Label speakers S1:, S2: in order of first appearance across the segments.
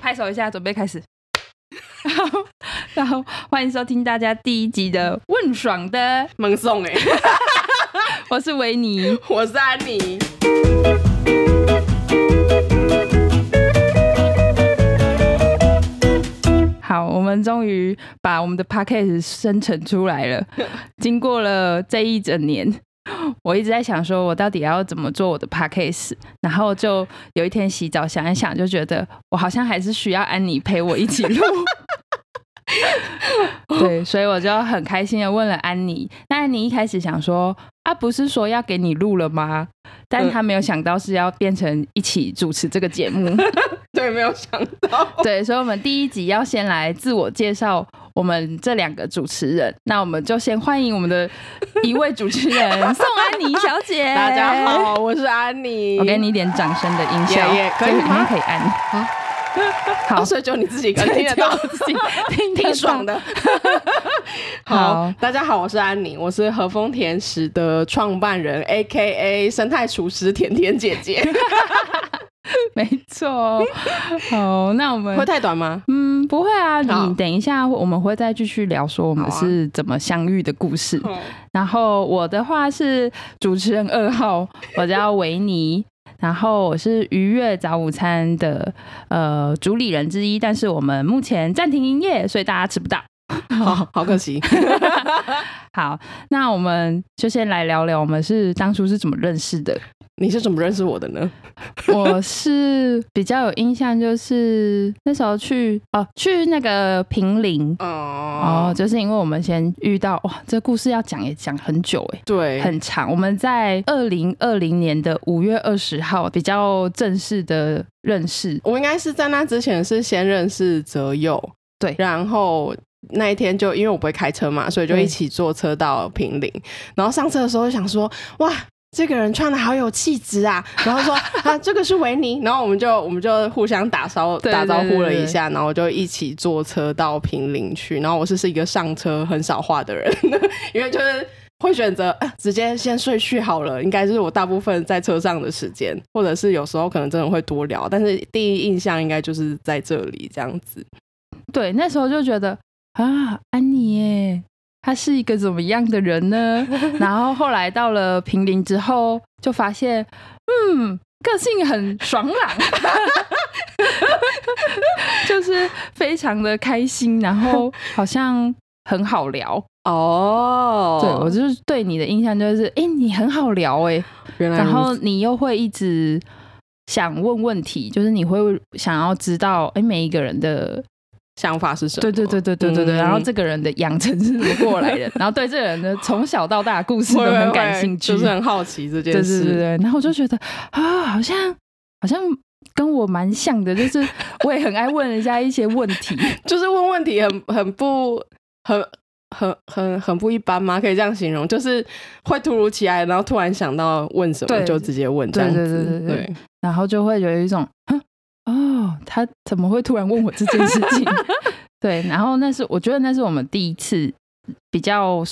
S1: 拍手一下，准备开始。 然后，然后欢迎收听大家第一集的《问爽的》，
S2: 猛送哎、
S1: 我是维尼。
S2: 我是安妮。
S1: 好，我们终于把我们的 p a c k a g e 生成出来了。经过了这一整年，我一直在想说，我到底要怎么做我的 p a c k a g e 然后就有一天洗澡想一想，就觉得我好像还是需要安妮陪我一起录。对，所以我就很开心的问了安妮。那安妮一开始想说，啊，不是说要给你录了吗？但她没有想到是要变成一起主持这个节目。
S2: 对，没有想 到，
S1: 对，所以，我们第一集要先来自我介绍我们这两个主持人。那我们就先欢迎我们的一位主持人宋安妮小姐。
S2: 大家，好，我是安妮。
S1: 我给你一点掌声的音效
S2: Yeah, yeah，可以
S1: 这个
S2: 吗
S1: 可以 按。
S2: 哦，
S1: 好，
S2: 所以就你自己可能听得到，
S1: 自己听得到
S2: 挺爽。的。
S1: 好
S2: 好，大家好，我是安妮，我是和风甜食的创办人，A K A 生态厨师甜甜姐 姐。
S1: 没错。好，那我
S2: 会
S1: 们。
S2: 太短吗？
S1: 嗯，不会啊，
S2: 好
S1: 你等一下，我们会再继续聊说我们
S2: 好啊
S1: 是怎么相遇的故事。然后我的话是主持人二号，我叫维尼。然后我是愉悦早午餐的呃主理人之一，但是我们目前暂停营业，所以大家吃不到。
S2: 好好可惜。
S1: 好，那我们就先来聊聊我们是当初是怎么认识的。
S2: 你是怎么认识我的呢？
S1: 我是比较有印象，就是那时候去哦去那个平陵哦，
S2: 哦，
S1: 就是因为我们先遇到哇，这故事要讲也讲很久哎，
S2: 对，
S1: 很长。我们在二零二零年的五月二十号比较正式的认识，
S2: 我应该是在那之前是先认识泽佑，
S1: 对
S2: 然后那一天就因为我不会开车嘛，所以就
S1: 对
S2: 一起坐车到平陵。然后上车的时候就想说，哇，这个人穿的好有气质啊！ 然后说啊，这个是维尼。然后我们就我们就互相打招
S1: 对
S2: 打招呼了
S1: 对对
S2: 一下，然后就一起坐车到平陵去。然后我是是一个上车很少话的人， 因为就是。会选择、啊直接先睡去好了，应该是我大部分在车上的时间，或者是有时候可能真的会多聊，但是第一印象应该就是在这里这样子。
S1: 对，那时候就觉得啊，安妮耶，她是一个怎么样的人呢？然后后来到了平陵之后，就发现，嗯，个性很爽朗， 就是非常的开心，然后好像很好聊。
S2: 哦
S1: 对我就是对你的印象就是，哎、你很好聊、诶。
S2: 原来
S1: 然
S2: 如
S1: 后
S2: 此
S1: 你又会一直想问问题，就是你会想要知道，哎，每一个人的，
S2: 想法是什么？
S1: 对对对对对对对，
S2: 嗯
S1: 然后这个人的养成是怎么过来 的，然后对这个人的从小到大的故事都
S2: 会会
S1: 很
S2: 会
S1: 感兴趣，
S2: 就是很好奇这件
S1: 对对
S2: 事。
S1: 对对，然后我就觉得啊，好像好像跟我蛮像的，就是我也很爱问人家一些问题，
S2: 就是问问题很很不很很很很不一般吗？可以这样形容，就是会突如其来，然后突然想到问什么
S1: 对
S2: 就直接问这样
S1: 对
S2: 子。
S1: 对对对然后就会有一种，哼哦，他怎么会突然问我这件事情？ 对，然后那是我觉得那是我们第一次比较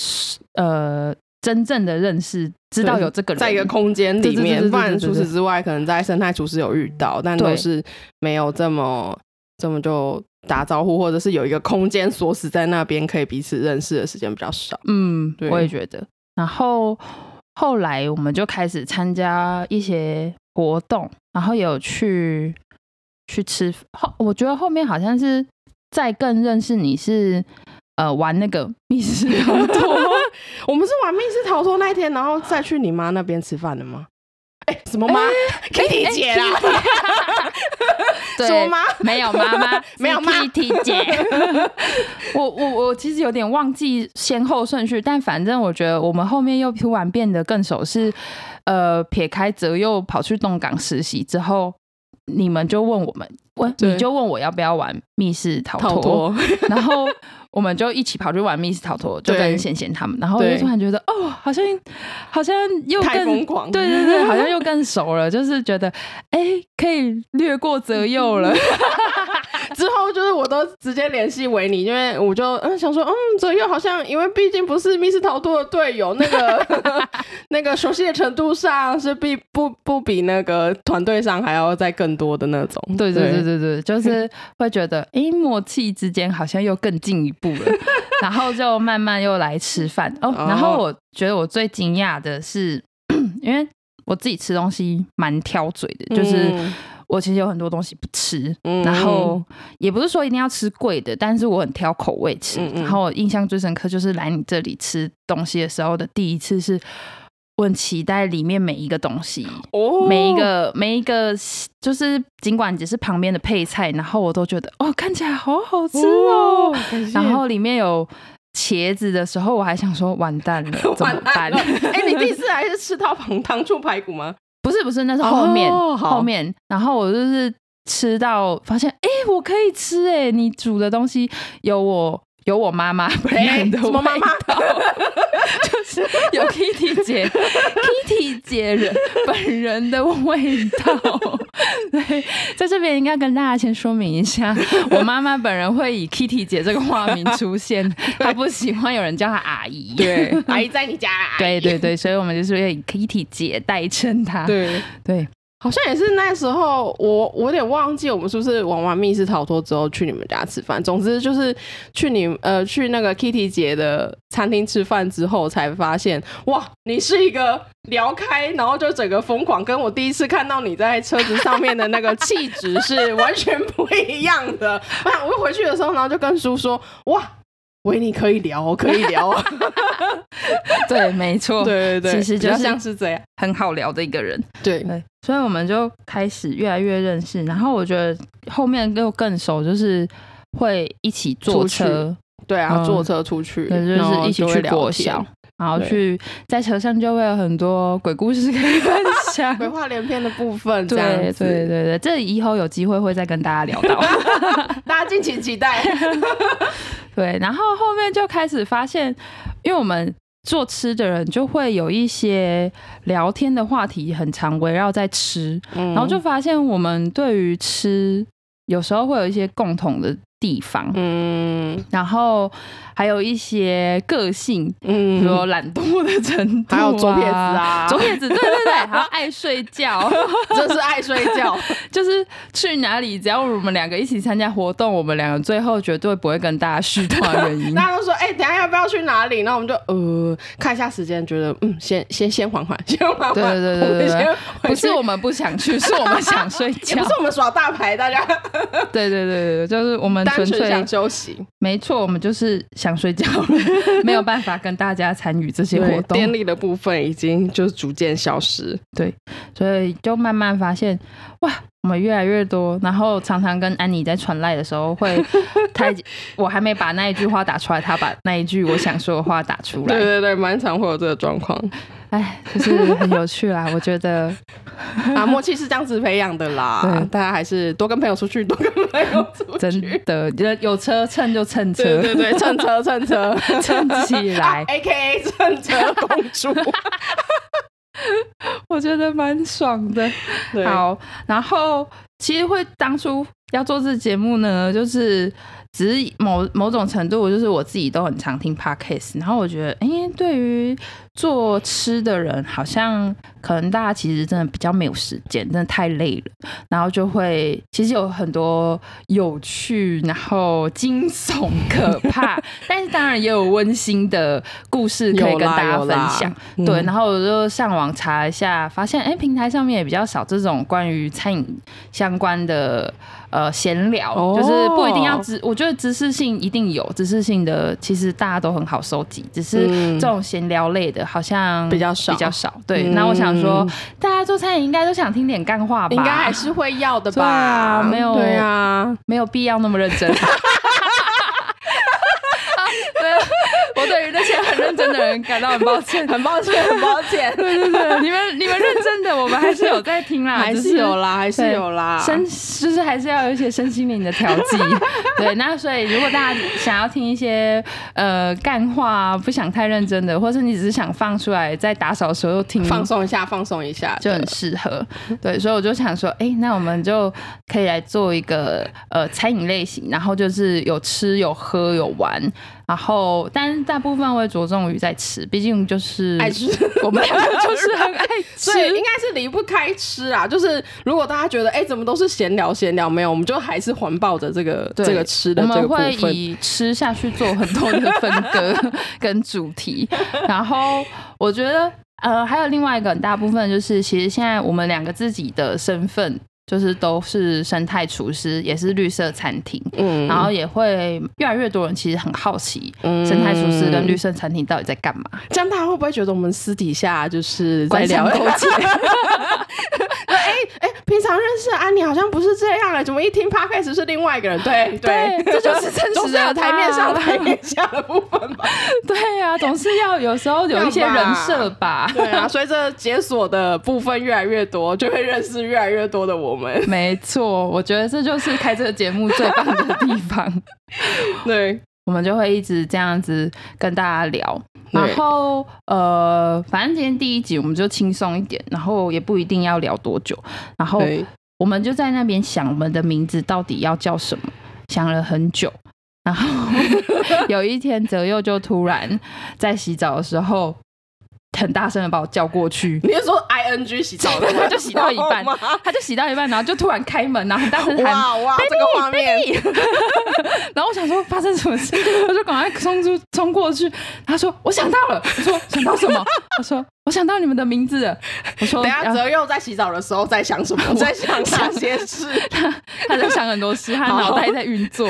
S1: 呃真正的认识，知道有这个人，
S2: 在一个空间里面，
S1: 对对对对对对
S2: 不然
S1: 对
S2: 除
S1: 对
S2: 此之外，可能在生态厨师有遇到，但
S1: 对
S2: 都是没有这么这么就打招呼，或者是有一个空间锁死在那边，可以彼此认识的时间比较少。
S1: 嗯，
S2: 对
S1: 我也觉得。然后后来我们就开始参加一些活动，然后有去去吃。后我觉得后面好像是再更认识你是呃玩那个密 室逃脱。
S2: 我们是玩密室逃脱那一天，然后再去你妈那边吃饭的吗？哎、什么妈、k i t t y 姐
S1: 哎
S2: 啦，
S1: 对
S2: 什么妈？，
S1: 没有妈妈
S2: 没有妈
S1: T 姐。 我我我其实有点忘记先后顺序，但反正我觉得我们后面又突然变得更熟，是呃撇开泽佑跑去东港实习之后，你们就问我们问
S2: 对
S1: 你就问我要不要玩密室逃脱，
S2: 逃脱，
S1: 然后我们就一起跑去玩密室逃脱，就
S2: 对
S1: 跟贤贤他们，然后我
S2: 对
S1: 就突然觉得哦，好像好像又
S2: 太
S1: 更
S2: 疯狂，
S1: 对对对，好像又更熟了，就是觉得哎、可以略过择右了。
S2: 之后就是我都直接联系维尼，因为我就嗯想说，嗯，左右好像因为毕竟不是密室逃脱的队友，那个 那个熟悉的程度上是比不不比那个团队上还要再更多的那种。
S1: 对对对对对， 就是会觉得，诶，默契之间好像又更进一步 了，然后就慢慢又来吃饭哦。
S2: 哦
S1: 然后我觉得我最惊讶的是， 因为我自己吃东西蛮挑嘴的，就是
S2: 嗯
S1: 我其实有很多东西不吃，
S2: 嗯
S1: 然后也不是说一定要吃贵的，但是我很挑口味吃。
S2: 嗯嗯
S1: 然后我印象最深刻就是来你这里吃东西的时候的第一次是。我很期待里面每一个东西，
S2: 哦
S1: 每一个每一个就是尽管只是旁边的配菜，然后我都觉得哦，看起来好好吃哦。
S2: 哦，感谢
S1: 然 后里面有茄子的时候，我还想说完蛋 了，怎么
S2: 完
S1: 办
S2: 蛋 了？哎、你第一次来是吃到糖糖醋排骨吗？
S1: 不是不是，那是后面、
S2: 哦好
S1: 后面。然后我就是吃到发现，哎、我可以吃哎、你煮的东西有我。有我妈 妈本人的
S2: 什
S1: 味
S2: 么妈妈
S1: 道， 就是有 Kitty 姐、Kitty 姐人本人的味道。 对，在这边应该跟大家先说明一 下，我妈妈本人会以 Kitty 姐这个化名出 现，她不喜欢有人叫她阿姨。
S2: 对， 阿姨在你家啊。
S1: 对啊对对，所以我们就是要以 Kitty 姐代称她。
S2: 对。
S1: 对，
S2: 好像也是那时候，我我有点忘记我们是不是玩完密室逃脱之后去你们家吃饭。总之就是去你呃去那个 Kitty 姐的餐厅吃饭之后，才发现哇，你是一个聊开，然后就整个疯狂，跟我第一次看到你在车子上面的那个气质是完全不一样的。我想我回去的时候，然后就跟叔说哇。维尼可以聊哦，可以聊哦，
S1: 对，没错，
S2: 对对对，
S1: 其实就
S2: 比较
S1: 是
S2: 像是这样，
S1: 很好聊的一个人。
S2: 对，
S1: 对，所以我们就开始越来越认识，然后我觉得后面又更熟，就是会一起坐
S2: 出去
S1: 车，
S2: 对啊，
S1: 嗯
S2: 坐车出去，
S1: 对，
S2: 然
S1: 就
S2: 后
S1: 是一起
S2: 会
S1: 去
S2: 聊
S1: 国
S2: 天
S1: 小，然后
S2: 对
S1: 去在车上就会有很多鬼故事可以分 享。
S2: 鬼话连篇的部分，这样
S1: 对对
S2: 子，
S1: 对对，这以后有机会会再跟大家聊 到。
S2: 大家敬请期待。
S1: 对，然后后面就开始发现，因为我们做吃的人就会有一些聊天的话题，很常围绕在吃。
S2: 然
S1: 然后就，发现我们对于吃有时候会有一些共同的地方，
S2: 嗯
S1: 然后还有一些个性，比如说
S2: 嗯，哎
S1: 懒惰的程度、
S2: 还有左撇子，啊，
S1: 左撇子，对对对， 还有爱睡觉，
S2: 真是爱睡觉。
S1: 就是去哪里，只要我们两个一起参加活动，我们两个最后绝对不会跟大家续团的原 因。
S2: 大家都说，哎，等一下要不要去哪里？然后我们就呃看一下时间，觉得嗯，先先先缓 缓，先缓缓。
S1: 对对对对
S2: 我们
S1: 对
S2: 先回
S1: 不是
S2: 去
S1: 我们不想 去，是我们想睡
S2: 也
S1: 觉
S2: 不。是我们耍大牌，大家
S1: 对对对对，对就是我们
S2: 单
S1: 纯
S2: 纯
S1: 粹
S2: 想休息。
S1: 没错，我们就是想睡觉 了，没有办法跟大家参与这些活动，
S2: 典礼的部分已经就是逐渐消失。
S1: 所以就慢慢发现，哇，我们越来越多。然后常常跟安妮在传赖的时候会太，我还没把那一句话打出来，她把那一句我想说的话打出
S2: 对
S1: 来，
S2: 对对，蛮常会有这个状况
S1: 哎，就是很有趣啦。我觉得
S2: 啊，默契是这样子培养的啦
S1: 对。
S2: 大家还是多跟朋友出去，多跟朋友出去。
S1: 真的，有有车蹭就蹭车，
S2: 对对对，蹭车蹭 车啊
S1: 蹭起来，
S2: ，A K A 蹭车公主。
S1: 我觉得蛮爽的。
S2: 对，
S1: 好，然后其实会当初要做这节目呢，就是只是某某种程度，就是我自己都很常听 podcast，然后我觉得，哎、对于做吃的人，好像可能大家其实真的比较没有时间，真的太累了，然后就会其实有很多有趣，然后惊悚、可 怕，但是当然也有温馨的故事可以
S2: 有
S1: 跟
S2: 啦
S1: 大家
S2: 有
S1: 分
S2: 啦
S1: 享。
S2: 嗯
S1: 对，然后我就上网查一下，发现哎、诶平台上面也比较少这种关于餐饮相关的呃闲聊，
S2: 哦
S1: 就是不一定要知，我觉得知识性一定有，知识性的其实大家都很好收集，只是
S2: 嗯
S1: 这种闲聊类的好像
S2: 比较少
S1: 比较少。对，
S2: 嗯
S1: 那我想说，大家做餐饮应该都想听点干话吧，
S2: 应该还是会要的
S1: 对啊
S2: 吧？
S1: 没有
S2: 对啊，。
S1: 没有必要 那么认真。对，我对于那些很认认真的人感到很抱歉
S2: 很抱歉，很抱歉，
S1: 对对对，你们你们认真的，我们还是有在听啦，
S2: 还
S1: 啊只
S2: 是有啦，还是
S1: 对
S2: 有啦。
S1: 身就是还是要有一些身心灵的调 剂。对，那所以如果大家想要听一些呃干话啊，不想太认真的，或是你只是想放出来在打扫的时候听，
S2: 放松一下，放松一下，
S1: 就很适合。对，所以我就想说，哎、那我们就可以来做一个呃餐饮类型，然后就是有吃有喝有玩，然后但是大部分会着重于在吃，毕竟就是
S2: 爱吃。
S1: 我们两个就是很爱吃
S2: 所。以应该是离不开吃啊，就是如果大家觉得哎、怎么都是闲聊闲聊，没有，我们就还是环抱着这个
S1: 对
S2: 这个吃的
S1: 我
S2: 这个
S1: 们
S2: 部
S1: 会
S2: 分。
S1: 以吃下去做很多的分 割跟主题，然后我觉得呃，还有另外一个很大部分就是，其实现在我们两个自己的身份就是都是生态厨师，也是绿色餐厅，
S2: 嗯
S1: 然后也会越来越多人其实很好奇。
S2: 嗯
S1: 生态厨师跟绿色餐厅到底在干嘛？
S2: 这样大家会不会觉得我们私底下就是在
S1: 官
S2: 聊
S1: 腔勾结
S2: 哎、平常认识的安妮好像不是这样哎、怎么一听 podcast 是另外一个人？ 对
S1: 对这就是真 实的啊
S2: 总是有台面上
S1: 他
S2: 台面下的部分 吧。
S1: 对啊，总是要有时候有一些
S2: 干嘛
S1: 人设吧。
S2: 对啊，随着解锁的部分越来越多，就会认识越来越多的 我们。
S1: 没错，我觉得这就是开这个节目最棒的地方。
S2: 对，
S1: 我们就会一直这样子跟大家聊。
S2: 对
S1: 然后呃，反正今天第一集我们就轻松一点，然后也不一定要聊多久。然后
S2: 对，
S1: 我们就在那边想我们的名字到底要叫什么，想了很久。然 后有一天，泽佑就突然在洗澡的时候，很大声的把我叫过 去。
S2: 你是说 I N G 洗澡的吗，
S1: 我就洗到一 半
S2: 吗？
S1: 他就洗到一半，然后就突然开门，然后很大声喊
S2: 哇哦哇，这个画面，
S1: 然后我想说发生什么事， 我就赶快冲出冲过去。他说我想到了，我说想到什么？ 他说我想到你们的名字了。我说
S2: 等一下
S1: 啊
S2: 泽佑在洗澡的时候在 想什么？在想哪些事？
S1: 他在想很多 事，他
S2: 好
S1: 脑袋在运作。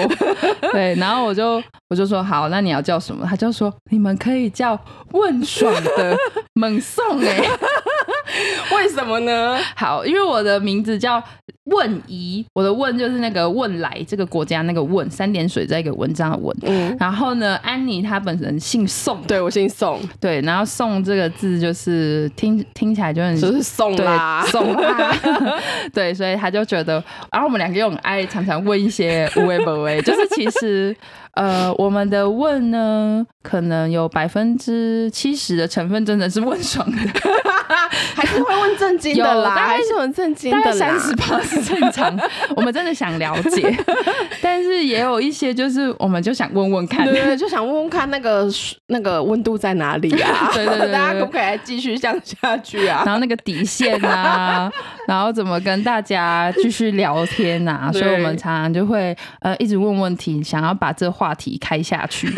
S1: 对，然后我就我就说好，那你要叫什么？他就说你们可以叫问爽的 猛送哎、
S2: 为什么呢？
S1: 好，因为我的名字叫问怡，我的问就是那个问来这个国家那个问三点水在一个文章的问。
S2: 嗯，
S1: 然后呢，安妮她本人姓宋，
S2: 对我姓宋，
S1: 对，然后“送”这个字就是听听起来就很
S2: 就是宋
S1: 嗯对
S2: 啦，
S1: 送啦， 对，所以他就觉得，然后我们两个又很爱常常问一些无为不为， 就是其实呃，我们的问呢，可能有百分之七十的成分真的是问爽的，
S2: 还是会问正经的啦，
S1: 有大概
S2: 还是很正经
S1: 大概
S2: 的
S1: 三
S2: 啦。
S1: 十八是正常，我们真的想了解， 但是也有一些就是我们就想问问看？
S2: 对，对，对就想问问看那个那个温度在哪里啊
S1: 对对对对对
S2: 大家可不可以再继续这样下去啊？
S1: 然后那个底线 啊，然后怎么跟大家继续聊天啊，所以我们
S2: 对
S1: 常常就会呃一直问问题，想要把这话题开下 去，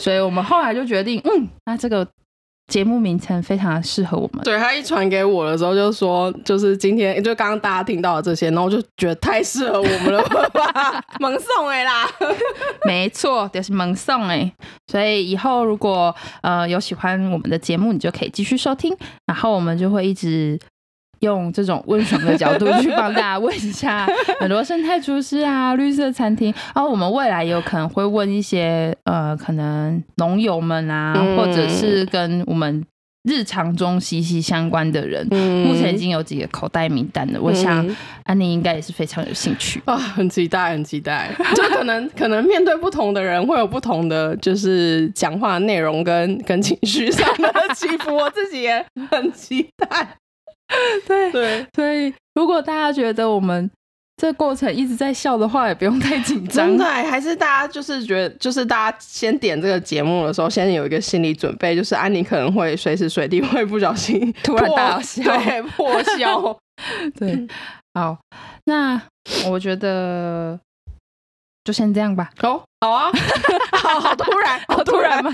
S1: 所以我们后来就决定，嗯，那这个节目名称非常适合我们。
S2: 对他一传给我的时候，就说就是今天，就刚刚大家听到的这些，然后我就觉得太适合我们了 吧， 猛送哎啦！
S1: 没错，就是萌送哎，所以以后如果呃有喜欢我们的节目，你就可以继续收听，然后我们就会一直。用这种问爽的角度去帮大家问一 下嗯很多生态厨师啊、绿色餐厅，然哦后我们未来也有可能会问一些呃，可能农友们啊，
S2: 嗯
S1: 或者是跟我们日常中息息相关的人。
S2: 嗯
S1: 目前已经有几个口袋名单了，我想
S2: 嗯
S1: 安妮应该也是非常有兴趣。
S2: 啊，很期待，很期待。就可能 可能面对不同的人，会有不同的就是讲话内容跟跟情绪上的起伏。我自己也很期待。
S1: 对
S2: 对，
S1: 所以，如果大家觉得我们这过程一直在笑的话，也不用太 紧张
S2: 真的。欸还是大家就是觉得，就是大家先点这个节目的时候，先有一个心理准备，就是安妮可能会随时随地会不小心
S1: 突然
S2: 破
S1: 大笑
S2: 对， 破笑。嗯
S1: 对，好，那我觉得就先这样吧。
S2: 哦，好啊， 好 好哦突然，
S1: 好突然吗？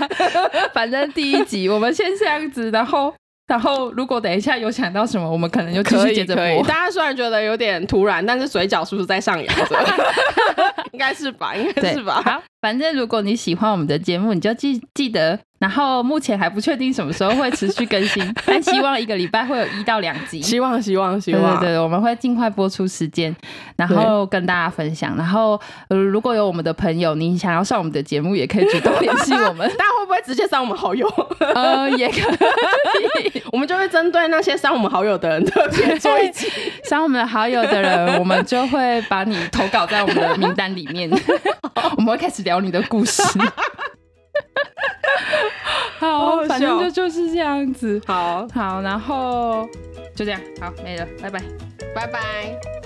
S1: 反正第一集我们先这样子，然后，然后如果等一下有想到什么，我们可能就继
S2: 可
S1: 续
S2: 以
S1: 接着
S2: 可以，
S1: 播。
S2: 大家虽然觉得有点突然，但是嘴角是不是在上扬 着？应该是吧，应该
S1: 对
S2: 是，吧。
S1: 好，反正如果你喜欢我们的节目，你就记记得。然后目前还不确定什么时候会持续更新，但希望一个礼拜会有一到两集。
S2: 希望，希望，希
S1: 对
S2: 望。。
S1: 对对，我们会尽快播出时间，然后跟大家分享。然后，呃，如果有我们的朋友，你想要上我们的节目，也可以主动联系我们
S2: 大家会不会直接删我们好友？
S1: 呃，也可 以
S2: 我们就会针对那些删我们好友的人特 别做一集。
S1: 删我们的好友的人，我们就会把你投稿在我们的名单里 面，我们会开始聊你的故 事。
S2: 好
S1: 好，
S2: 好
S1: 反
S2: 笑
S1: 正就就是这样子。
S2: 好，
S1: 好，然后就这样，好，没了，拜拜。
S2: 拜拜。